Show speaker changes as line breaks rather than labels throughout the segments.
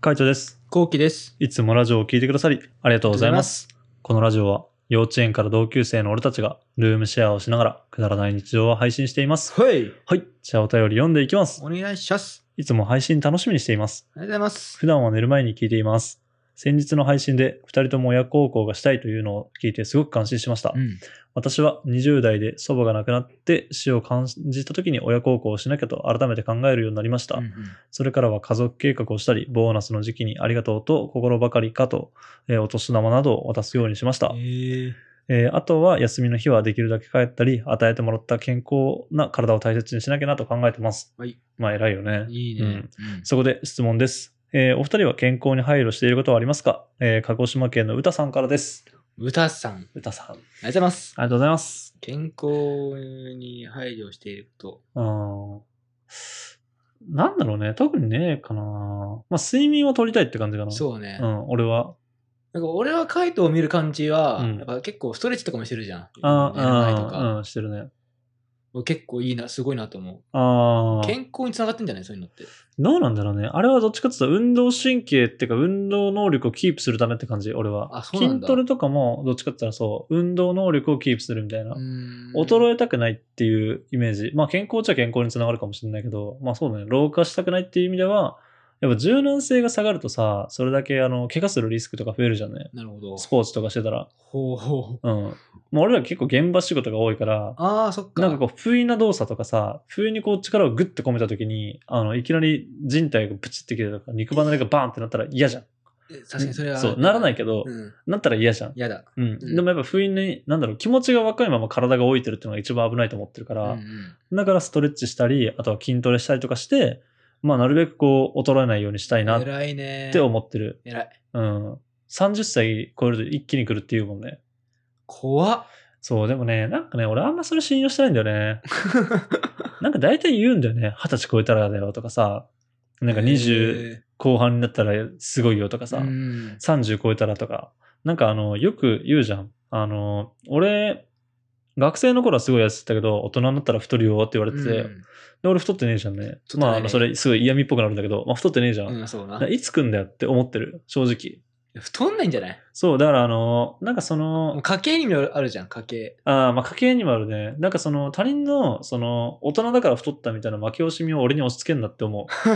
会長です。
後期です。
いつもラジオを聞いてくださり、ありがとうございます。このラジオは、幼稚園から同級生の俺たちが、ルームシェアをしながら、くだらない日常を配信しています。
はい。
はい。じゃあお便り読んでいきます。
お願いします。
いつも配信楽しみにしています。
ありがとうございます。
普段は寝る前に聞いています。先日の配信で、二人とも親孝行がしたいというのを聞いてすごく感心しました。
ん。
私は20代で祖母が亡くなって死を感じた時に親孝行をしなきゃと改めて考えるようになりました。それからは家族計画をしたり、ボーナスの時期にありがとうと心ばかりかと、えーお年玉などを渡すようにしました。
え
えーあとは休みの日はできるだけ帰ったり、与えてもらった健康な体を大切にしなきゃなと考えてます。
はい
まあ偉いよね。
いい
うん
ね。
そこで質問です。えーお二人は健康に配慮していることはありますか、えー鹿児島県のうたさんからです。
うん。歌さん、ありが
うたさん。あり
とうございます。
がとうございます。
健康に配慮しているこ
うーん。なんだろうね。特にねえかな。まあ、睡眠を取りたいって感じかな。
と。そうね。
う
なんか
ん、俺は。
俺はカイトを見る感じは、
うん
やっぱ結構ストレッチとかもしてるじゃん。
あ
寝る前と
あ、
か。
うん、してるね。
俺結構いいな、すごいなと思
あ
う。
あ。
健康につながってんじゃないそういうのって。
どうなんだろうね。あれはどっちかっていうと、運動神経っていうか、運動能力をキープするためって感じ、俺は。
あそうなんだ
筋トレとかも、どっちかって言ったらそう、運動能力をキープするみたいな。衰
え。
えたくないっていうイメージ。まあ、健康っちゃ健康につながるかもしれないけど、まあそうだね。老化したくないっていう意味では、やっぱ柔軟性が下がるとさ、それだけ、あの、怪我するリスクとか増えるじゃんね。
なるほど。
スポーツとかしてたら。
ほうほう。
うん。もう俺ら結構現場仕事が多いから、
ああ、そっか。
なんかこう、不意な動作とかさ、不意にこう力をグッて込めた時に、あの、いきなり人体がプチって切れたとか、肉離れがバーンってなったら嫌じゃん。
え確かにそれは。
そう、ならないけど、
うん。
なったら嫌じゃん。
嫌だ。
うん。
うん
でもやっぱ不意に、なんだろう、気持ちが若いまま体が老いてるっていうのが一番危ないと思ってるか
うん
ら、
うん
だからストレッチしたり、あとは筋トレしたりとかして、まあなるべくこう、衰えないようにしたいなっ
偉いね。
て思ってる。
偉い。
うん。30歳超えると一気に来るっていうもんね。
怖っ。
そう、でもね、なんかね、俺あんまそれ信用してないんだよね。 なんか大体言うんだよね。二十歳超えたらだよとかさ、なんか20
えー
後半になったらすごいよとかさ、
うん
30超えたらとか、なんかあの、よく言うじゃん。あの、俺、学生の頃はすごい痩せてたけど、大人になったら太るよって言われてて、
うん
で、俺太ってねえじゃんね。
太ってないね
まあ、あの、それすごい嫌味っぽくなるんだけど、まあ太ってねえじゃん。
うん、そう
だ
な
から。いつ来んだよって思ってる、正直。
太んないんじゃない
そう、だからあの、なんかそ
も
の
う、家計にもあるじゃん、家計。
あーまあ家計にもあるね。なんかその他人のその大人だから太ったみたいな負け惜しみを俺に押し付けんなって 思う。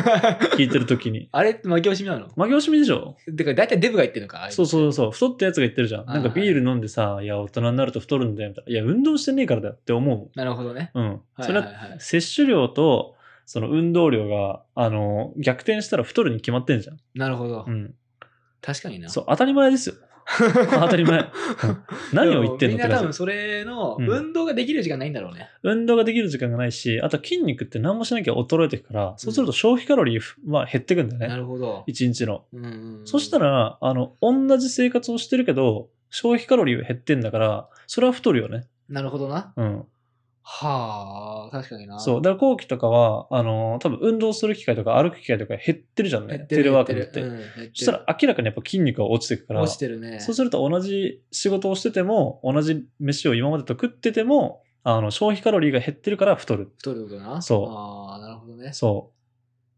聞いてる時に。
あれって負け惜しみなの
負け惜しみでしょ
てか、大体デブが言ってるのか。ああい
そうそうそう。太ったやつが言ってるじゃん。
あー
なんかビール飲んでさ、いや、大人になると太るんだよみたいな。いや、運動してねえからだよって思
なるほどね。
うもん。うん。
はい
そ
は
れ
い
は
はい。
摂取量とその運動量が、あの、逆転したら太るに決まってんじゃん。
なるほど
う。ん。
確かにな。
そう、当たり前 ですよ。当たり前。うん何を言ってんのって
でもみんな多
感
分
じ。
それの
うん
運動ができる時間ないんだろうね。
運動ができる時間がないし、あと筋肉って何もしなきゃ衰えていくから、そうすると消費カロリーは減ってくんだ
な
よね。
るほど。
一日の。
うんうんうん
そした、ら、あの、同じ生活をしてるけど、消費カロリーは減ってんだから、それは太るよね。
なるほどな。
うん。
はあ、確かにな。
そう。だから後期とかは、あの、多分運動する機会とか歩く機会とか減ってるじゃん
減
ね。
って
テ
る。
レワークによって。
減ってるうん
そしたら明らかにやっぱ筋肉が落ちていくから、
落ちてるね。
そうすると同じ仕事をしてても、同じ飯を今までと食ってても、あの消費カロリーが減ってるから太る。
太ることな。
そう
ああ、なるほどね。
そう。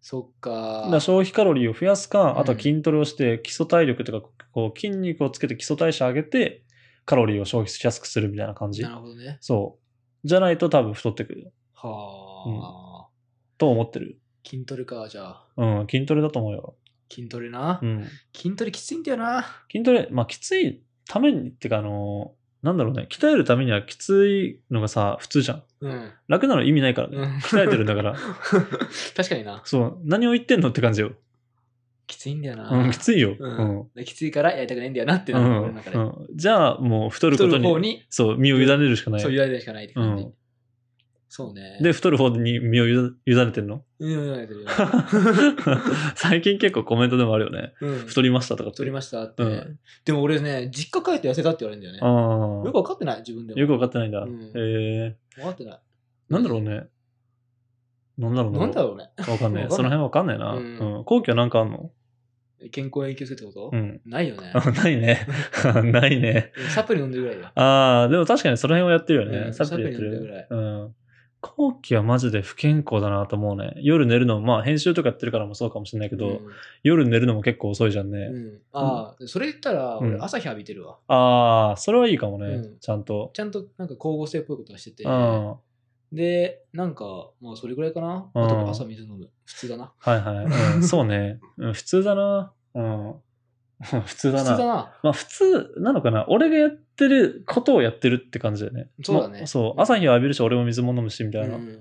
そっか。
だから消費カロリーを増やすか、
ん
あとは筋トレをして基礎体力とか、こう筋肉をつけて基礎代謝上げて、カロリーを消費しやすくするみたいな感じ
な。るほどね。
そう。じゃないと多分太ってくる
はあ、
と思ってる。
筋トレか、じゃあ。
うん、筋トレだと思うよ。
筋トレな。
うん。
筋トレきついんだよな。
筋トレ、まあきついためにってか、あのなんだろうね、鍛えるためにはきついのがさ、普通じゃん。
うん。
楽なの意味ないから
う
ね。
ん
鍛えてるんだ から。
確かにな。
そう、何を言ってんのって感じよ。
きついんだよな。
うん、きついよ。う
うん
ん。
できついからやりたくないんだよなって
う
なる、
ん
俺の中で。
うんじゃあ、もう太るこ
太
と
る方
に、
に、
そう、身を委ねるしかない
そう。言われるしかないって感じ。
うん
そうね。
で、、太る方に身を委委ねて んの
うん、言わ れてるよ
最近結構コメントでもあるよね。
うん
太りましたとかって。
太り
ま
ましたって、
う
ね
ん
でも俺ね、実家帰って痩せたって言われるんだよね。
ああ。
よく分かってない、自分でも。
よくわかってないんだ。
うん
え
分かってない。
ー、なんだろうね。なんだろう
なんだろうね。
わかんない。
わかんない
その辺わかんないな。う
うん
ん。後期はなんかあんの
健康に影響するってこと、
うん。
ないよね
あ。ないね。 ないね。
サプリ飲んでるぐらいだよ。
ああ、でも確かにその辺をやってるよね。
うん
サプリやって
サプリ飲んで
る
る。
うん。行機はマジで不健康だなと思うね。夜寝るのも、まあ編集とかやってるからもそうかもしれないけど、夜寝るのも結構遅いじゃんね。
うんうんああ、それ言ったら、
うん
俺、朝日浴びてるわ。
ああ、それはいいかもね、
うん
ちゃんと。
ちゃんとなんか光合成っぽいことはしてて
う。ん。は
で、なんか、まあ、それぐらいかな。
うん
あと朝水飲む。普通だな。
いはい。う ん、そうね、うん。普通だな。うん。 普通
普
だ
通
な。
だな。
まあ普通なのかな。俺がやってることをやってるって感じだよね。
そうだね
まあそう。朝日を浴びるし、俺も水も飲むし、みたいな。
う
うん
ん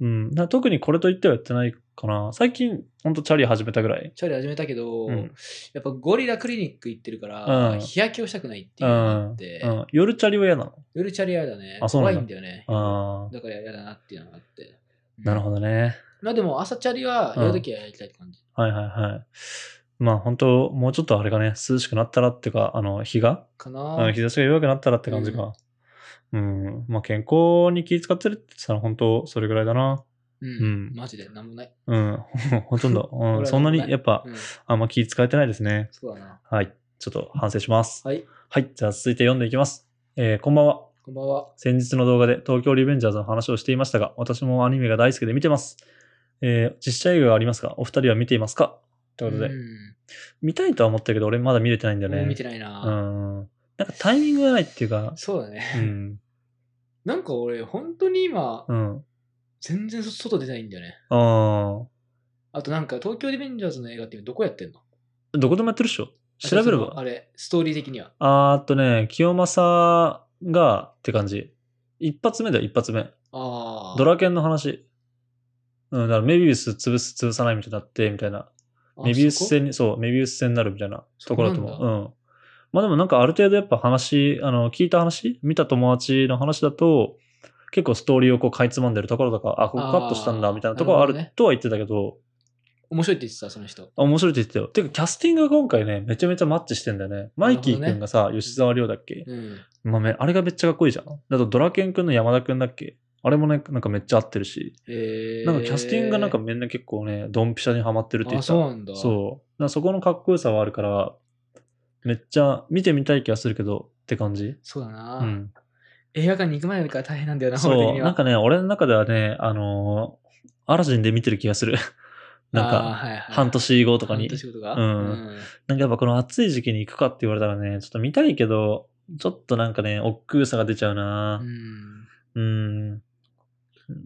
な特にこれといってはやってないかな。最近、ほんとチャリ始めたぐらい。
チャリ始めたけど、
うん
やっぱゴリラクリニック行ってるから、
うん
日焼けをしたくないっていうのがあって、
うん、夜チャリは嫌なの。
夜チャリ嫌だね。
あそうな
怖
んだ
いんだよね。
ああ、
だから嫌だなっていうのがあって。
なるほ
ど。
どね。
まあでも朝チャリはやるときはやりたいって感じ。
はいはいはい。まあ本当もうちょっとあれかね、涼しくなったらっていうか、あの、日が、
か
う
なん
日差しが弱くなったらって感じか。うん、まあ健康に気使ってるって言ったら本当それぐらいだな。
う
うん
ん。マジでなんもない。
うん、 ほとんど、
俺
う
は
ん、そんなに
ね
やっぱ、
うん。
あんま気使えてないですね。
そうだな。
はい。ちょっと反省します。
はい。
はい。じゃあ続いて読んでいきます。えーこんばんは。
こんばんは。
先日の動画で東京リベンジャーズの話をしていましたが、私もアニメが大好きで見てます。えー実写映画がありますが、お二人は見ていますかということで、
うん
見たいとは思ってるけど、俺まだ見れてないんだよ
俺
ね。
も見てな
う
い
ん
な。。
なんかタイミングがないっていう か、
そうだね。
うん。
なんか俺、本当に今
う、ん。
全然外出ないんだよね。
あー
あとなんか、東京リベンジャーズの映画って今どこやってんの
どこでもやってるっしょ調べれ
あそのあ
ば。
れ、ストーリー的には。
あーっとね、清正がって感じ。一発目だよ、一発目。
ああ。
ドラケンの話。うん、だからメビウス潰す、潰さないみたいになって、みたいな。
あ
メビウス
そこ
戦に、そう、メビウス戦になるみたいなところだと思う。
そう
う
なん
まあでもなんかある程度やっぱ話、あの、聞いた話、見た友達の話だと、結構ストーリーをこうかいつまんでるところとか、あ、ここカットしたんだみたいなところはあ
あーなるほど
る
ね
とは言ってたけど、
面白いって言ってた、その人。
あ面白いって言ってたよ。てかキャスティングが今回ね、めちゃめちゃマッチしてんだよね。マイキーくんがさ、吉沢亮だっけ、
うん。
まあめ、あれがめっちゃかっこいいじゃん。だとドラケンくんの山田くんだっけあれもね、なんかめっちゃ合ってるし、
えー、
なんかキャスティングがなんかみんな結構ね、ドンピシャにハマってるって言
あ、
ってた。
そうなんだ。
そう。だからそこのかっこよさはあるから、めっちゃ見てみたい気がするけどって感じ。
そうだな、
うん。
映画館に行く前から大変なんだよな、俺的
そう。
に
なん
は。
かね、俺の中ではね、あのーアラジンで見てる気がする。 なん
あー
か、
はいはい
半年後とか
半
に。
年後とか、
うんなんかやっぱこの暑い時期に行くかって言われたらね、ちょっと見たいけど、ちょっとなんかね、億劫さが出ちゃう
う。
なんうん。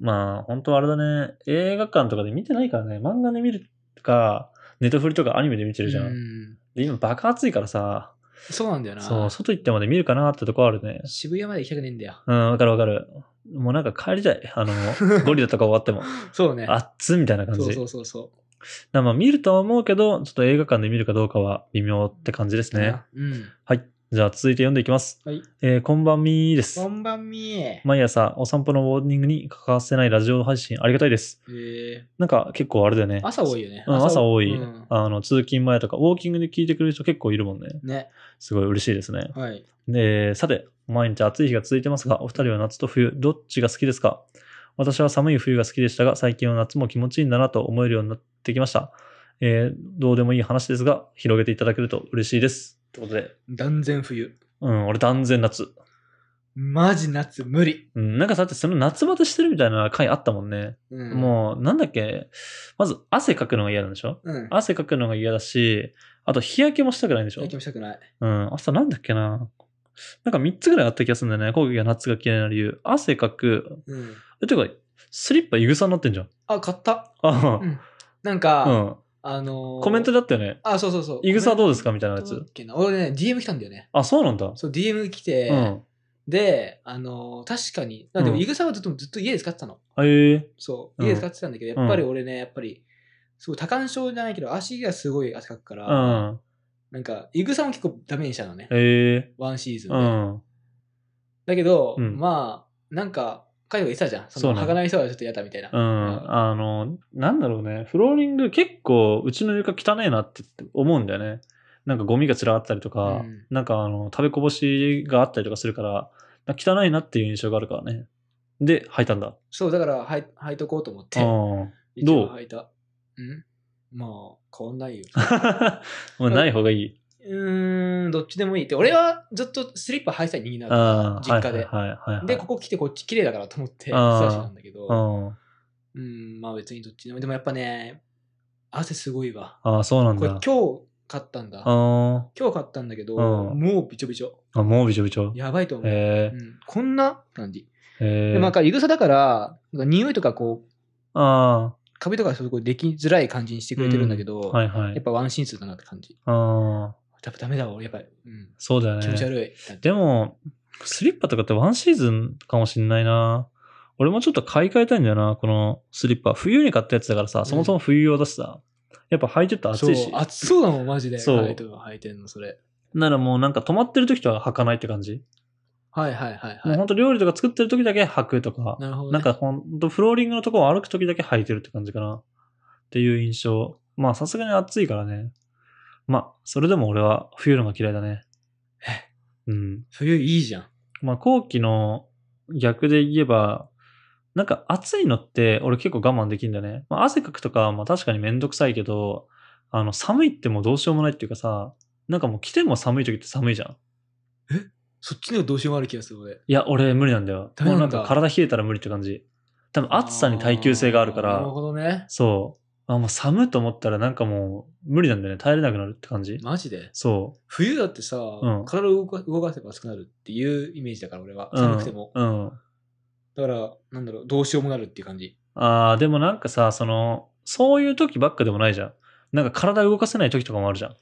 まあ、本当はあれだね、映画館とかで見てないからね、漫画で見るか、ネットフリとかアニメで見てるじゃん。
うん
で、今バカ暑いからさ、
そうなんだよな。
そう、外行ってまで見るかなってとこあるね。
渋谷まで行きたくねえんだよ。
うん、わかるわかる。もうなんか帰りたい。 あの、ゴリラとか終わっても。
そうね。
あっつみたいな感じ。
そうそうそうそ
なまあ見るとは思うけど、ちょっと映画館で見るかどうかは微妙って感じです
う。
ね。
うん。
はい。じゃあ続いて読んでいきます。
はい。
えー、こんばんみーで
こ
す。
んばんみー。え
毎朝お散歩のウォーニングに欠かせないラジオ配信ありがたいです。
ー
なんか結構あれだよね。
朝多いよね。
うん、朝多い、
うん
あの、通勤前とか、ウォーキングで聞いてくれる人結構いるもんね。
ね。
すごい嬉しいですね。
はい。
で、さて、毎日暑い日が続いてますが、お二人は夏と冬、どっちが好きですか私は寒い冬が好きでしたが、最近は夏も気持ちいいんだなと思えるようになってきました。えーどうでもいい話ですが、広げていただけると嬉しいです。ってことで、
断然冬。
うん、俺断然夏。
マジ夏無理。
うん、なんかさて、その夏バテしてるみたいな回あったもんね。
うん、
もう、なんだっけ、まず汗かくのが嫌なんでしょ
う、うん。
汗かくのが嫌だし、あと日焼けもしたくないんでしょ
焼きもしたくない。
うん、朝なんだっけな。なんか3つぐらいあった気がするんだよね。講義が夏が嫌いな理由。汗かく。
うん。
え、てか、スリッパいぐさになってんじゃん。
あ、買った。
あ
うん。なん
あ、
か、
うん。
あのー
コメントだったよね。
あ、そうそうそう。
いぐさどうです
か
かみたいなや
どう
つ
だっ。けな俺ね、DM 来たんだよね。
あ、そうなんだ。
そう DM 来て、
うん。
で、あのー確かに、あでも、
うん
イグサはずっとずっと家で使ってたの。
へえ。
そう、
うん
家で使ってたんだけど、やっぱり俺ね、やっぱり、すごい多感症じゃないけど、足がすごい汗かくか
う
ら、
ん。
なんか、イグサも結構ダメにしたのね、
へえ。
ワンシーズン
う
で。
ん。
だけど、
うん
まあ、なんか、海外言ってたじゃん。そ
そう
の、
ね
儚い人はちょっと嫌だみたいな。
うん。あの、なんだろうね。フローリング結構、うちの床汚いなって思うんだよね。なんかゴミが散らばったりとか、
うん
なんかあの、食べこぼしがあったりとかするから、なんか汚いなっていう印象があるからね。で、履いたんだ。
そう、だから、はい、履いとこうと思 って、
うん。
一
ど
応
う
履いた。 うんまあ、変わんないよ。
まあ、ない方がいい。
うーん、ーん、どっちでもいいって。俺はずっとスリッパ履いてた人間なの。
ああ、
実家
はい
で
はいはい、はい。
で、ここ来てこっち綺麗だからと思って、
あー
素足なんだけど。
うん。
うん、まあ別にどっちでも。でもやっぱね、汗すごいわ。
ああ、そうなん
これ
だ
今。日買ったんだ。
あ
今日買ったんだけど、
うん
もうびちょびちょ。
あ、もうびちょびちょ。
やばいと思う。
へ
うん、こんな感じ。
え。へ
で
え。
まあ、なんか、いぐさだから、なんか匂いとかこう、
あ
カビとかそういうこうできづらい感じにしてくれてるんだけど、
あ、はいは
やっ
い。
ぱワンシーズンだなって感じ。
ああ、
やっぱダメだわ、俺やっぱり。うん、
そうだよね。
気持ち悪い。
でも、スリッパとかってワンシーズンかもしんないな。俺もちょっと買い替えたいんだよな、このスリッパ。冬に買ったやつだからさ、そもそも冬用だしさ。やっぱ履いてると暑いし
そう、。暑そうだもん、マジで。
そう
カイトが履いてんの、それ。
ならもうなんか止まってる時とは履かないって感じ。
はいはいはい
もう
は
ほんと料理とか作ってる時だけ履くとか
い。。なるほど、ね。
なんかほんとフローリングのとこを歩く時だけ履いてるって感じかな。っていう印象。まあさすがに暑いからね。まあ、それでも俺は冬のが嫌いだね。うん。
冬いいじゃん。
まあ、後期の逆で言えば、なんか暑いのって俺結構我慢できるんだよね。まあ、汗かくとかはまあ確かにめんどくさいけど、あの寒いってもうどうしようもないっていうかさ、なんかもう来ても寒い時って寒いじゃん。
そっちの方がどうしようもある気がする、俺。
いや、俺無理なんだよ。
ダメ
も
な
うんな
だ
んか体冷えたら無理って感じ。多分暑さに耐久性があるか
ーな
ら
る、ほどね。
そう。あ、もう寒いと思ったらなんかもう無理なんだよね。耐えれなくなるって感じ。
マジで
そ
冬だってさ、
ん
体を動か動かせば熱くなるっていうイメージだから俺は
う。
寒くても、
うん。うん
だからなんだろうどうしようもなるっていう感じ
ああ、でもなんかさ、その、そういう時ばっかでもないじゃん。なんか体動かせない時とかもあるじゃん。
うん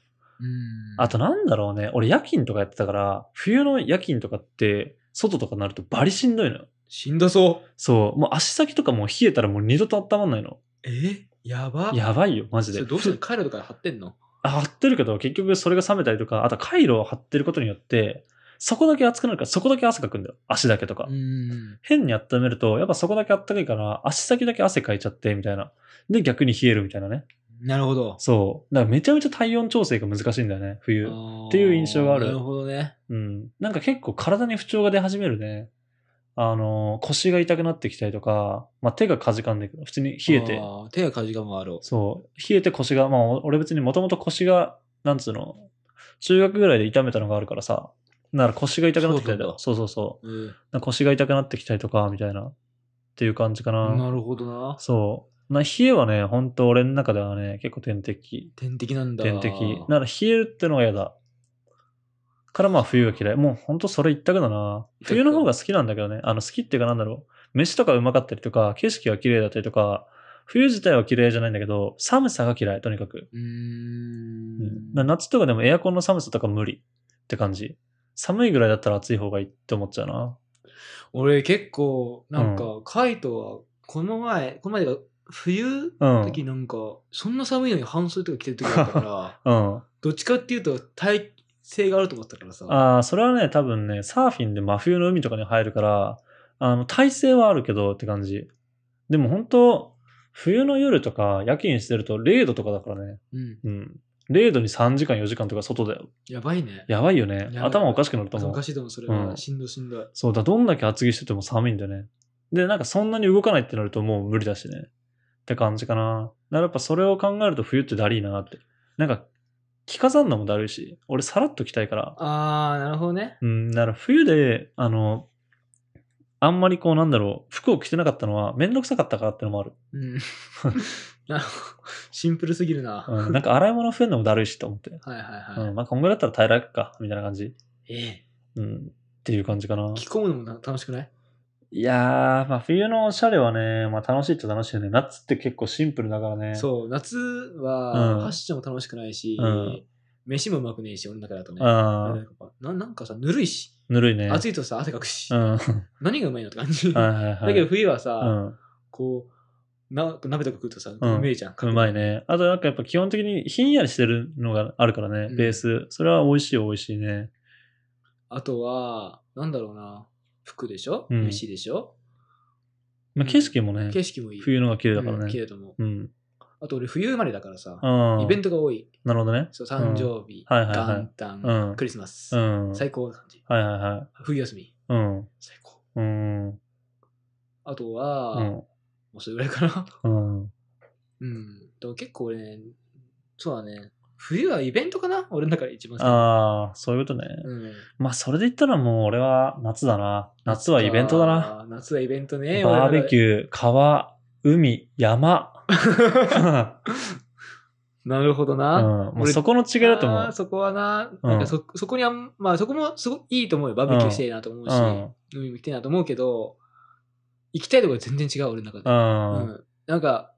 あとなんだろうね。俺夜勤とかやってたから、冬の夜勤とかって、外とかになるとバリしんどいのよ。
しんどそう
そう。もう足先とかもう冷えたらもう二度と温まんないの。
えやば
やばいよ、マジ
そ
で
れ。どうするカイロとか貼ってんの
あ貼ってるけど、結局それが冷めたりとか、あと回路を貼ってることによって、そこだけ熱くなるから、そこだけ汗かくんだよ。足だけとか。
ん
変に温めると、やっぱそこだけ暖かいから、足先だけ汗かいちゃって、みたいな。で、逆に冷えるみたいなね。
なるほど
そう。だからめちゃめちゃ体温調整が難しいんだよね、冬。
って
いう印象がある
なるほどね
うん。なんか結構体に不調が出始めるね。あの、腰が痛くなってきたりとか、まあ、手がかじかんでくる、普通に冷えて
あ。ー手がかじかむあろ、
そう。冷えて腰が、まあ、お俺別にもともと腰が、なんつうの、中学ぐらいで痛めたのがあるからさ。だから腰が痛くなってきたりとか、そうそうそう
うん、
なんか腰が痛くなってきたりとか、みたいな、っていう感じかな。
なるほどな
そう。な冷えはね、ほんと俺の中ではね、結構天敵。
天敵なんだ
天敵。だから冷えるってのが嫌だ。からまあ冬が嫌い。もうほんとそれ一択だな。
一択
冬の方が好きなんだけどね。あの好きっていうかなんだろう。飯とかうまかったりとか、景色が綺麗だったりとか、冬自体は綺麗じゃないんだけど、寒さが嫌い、とにかく。
うーん
な夏とかでもエアコンの寒さとか無理って感じ。寒いぐらいだったら暑い方がいいって思っちゃうな。
俺結構なんか、カイトはこの前この前が冬
うん。
時なんか、そんな寒いのに半袖とか着てる時だった から、
うん。
どっちかっていうと耐性があると思ったからさ。
ああ、それはね、多分ね、サーフィンで真冬の海とかに入るから、あの、体勢はあるけどって感じ。でも本当、冬の夜とか夜勤してると0度とかだからね。
うん。
うん。0度に3時間4時間とか外だよ。
やばいね。
やばいよね。
やばい
頭おかしくなると
お
思
か
う。
しいと思う、それは。
うん
しんどいしんどい。
そうだ、どんだけ厚着してても寒いんだよね。で、なんかそんなに動かないってなるともう無理だしね。って感じかな。だからやっぱそれを考えると冬ってだりーなって。なんか、着飾んのもだるいし、俺さらっと着たいから。
あー、なるほどね。
うん、だから冬で、あの、あんまりこうなんだろう、服を着てなかったのはめんどくさかったからってのもある。
うん。なシンプルすぎるな。
うん、なんか洗い物増えるのもだるいしと思って。
はいはいは
う
い。
ん、まあこんぐらいだったら耐えられるか、みたいな感じ。
え
うん、っていう感じかな
え。。着込むのもな楽しくない
いやー、まあ冬のおしゃれはね、まあ楽しいっちゃ楽しいよね。夏って結構シンプルだからね。う。
そう、夏
う
は
ん
ファッションも楽しくないし
うん、
飯もうまくねえし、俺の中だとね。
あ
なんかななんかさ、ぬるいし、
ぬるいね。
暑いとさ、汗かくし
う、ん。はい
何がうまいのって感じ。
は
だ
いはい。
けど冬はさ、
うん。
こう、な鍋とか食うとさ、うんめえじゃん。
うまいね。あとなんかやっぱ基本的にひんやりしてるのがあるからね、
うん
ベース。それは美味しい美味しいね。
あとは、なんだろうな、服でしょ、
うん
飯でしょ
まあ景色もね、
景色もいい。
冬のが綺麗だから
うん綺
ね。
麗と思
う
う。
ん。
あと俺、冬生まれだからさ、
うん。
イベントが多い。
なるほどね。
そう、誕生日、
はいはいはい
元旦、
うん
クリスマス、
うん。はい
最高な感じ。
はいはい。
冬休み、
うん。
最高。
うん。うん。
あとは、
う
も
ん。
うそれぐらいかな。
う ん。
うん。でも結構俺ね、そうだね、冬はイベントかな俺の中で一番好き。
ああ、そういうことね。
うん、
まあ、それで言ったらもう俺は夏だな。夏はイベントだな。
あー。夏はイベントね。
バーベキ
ュー。
ュー、川、海、 山。
なるほど
うん、
な。
もう
俺
そこの違いだと思
あー
う。
そこはな、
うん
なんかそ、そこにあん、まあそこもすごいいいと思うよ。バーベキューしていいなと思うし、
うん。
海も行きたいなと思うけど、行きたいところ全然違う、俺の中
う
で。
ん。
う
はい
んなんか、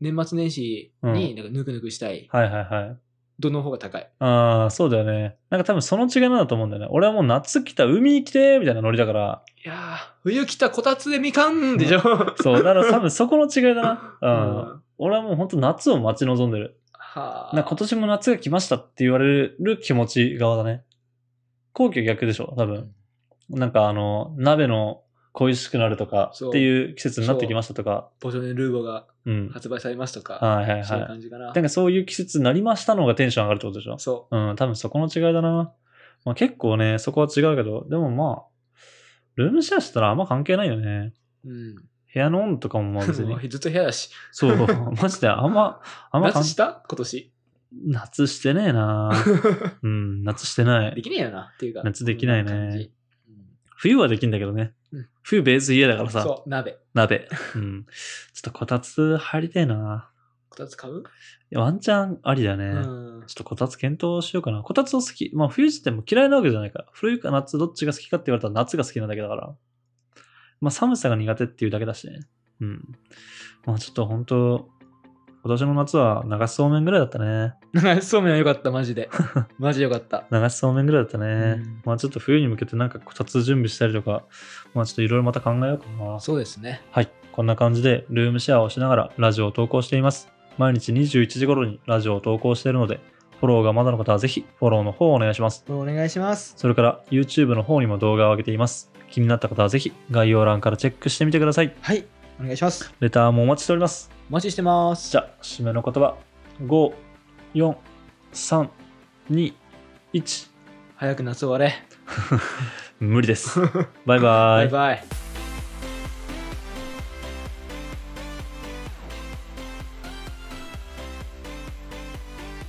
年末年始
う
になんかぬくぬくしたい。
はいはい。
どの方が高い。
ああ、そうだよね。なんか多分その違いなんだと思うんだよね。俺はもう夏来た、海行きてーみたいなノリだから。
いやー、冬来たこたつでみかんでしょ。
そう、だから多分そこの違いだな。
う
うん。
ん
俺はもう本当夏を待ち望んでる。
はあ
なんか今年も夏が来ましたって言われる気持ち側だね。後期は逆でしょ、多分。なんかあの、鍋の恋しくなるとか
そう
っていう季節になってきましたとか。
ボジョレ・ルーボーが
うん。
発売されますとか、
はいはい
そういう
は。
感じかない
な。んかそういう季節になりましたの方がテンション上がるってことでしょ
そ
うん、多分そこの違いだな。まあ結構ね、そこは違うけど、でもまあ、ルームシェアしてたらあんま関係ないよね。
う。うん。
部屋の温度とかもまあ別
も
に。
うずっと部屋だし。
そう、マジであんま、あんま関
夏した今年。
夏してねえなうん、夏してな
で
い。
きねえよなっていうか。
夏できないね
こん感じ。
冬はできんだけどね
うん。
冬ベース家だから
うん
さ、
そう、鍋。
鍋。うん。ちょっとこたつ入りたいな。
こたつ買う
いやワンチャンありだね。
うん。
ちょっとこたつ検討しようかな。こたつを好き。まあ冬自体も嫌いなわけじゃないから。冬か夏どっちが好きかって言われたら夏が好きなだけだから。まあ寒さが苦手っていうだけだしね。うん。まあちょっと本当今年の夏は流しそうめんぐらいだったね。
そうめんはよかった、マジで。マジでよかった。
流しそうめんぐらいだったね。
うん
まあちょっと冬に向けてなんかこたつ準備したりとか、まあちょっといろいろまた考えようかな。
そうですね。
はい。こんな感じで、ルームシェアをしながらラジオを投稿しています。毎日21時頃にラジオを投稿しているので、フォローがまだの方はぜひフォローの方をお願いします。
お願いします。
それから YouTube の方にも動画を上げています。気になった方はぜひ概要欄からチェックしてみてください。
はい、お願いします。
レターもお待ちしております。
お待ちしてます。
じゃあ、締めの言葉。5、4、3、2、1。
早く夏終われ。
無理です。バイバイ。
バイバイ。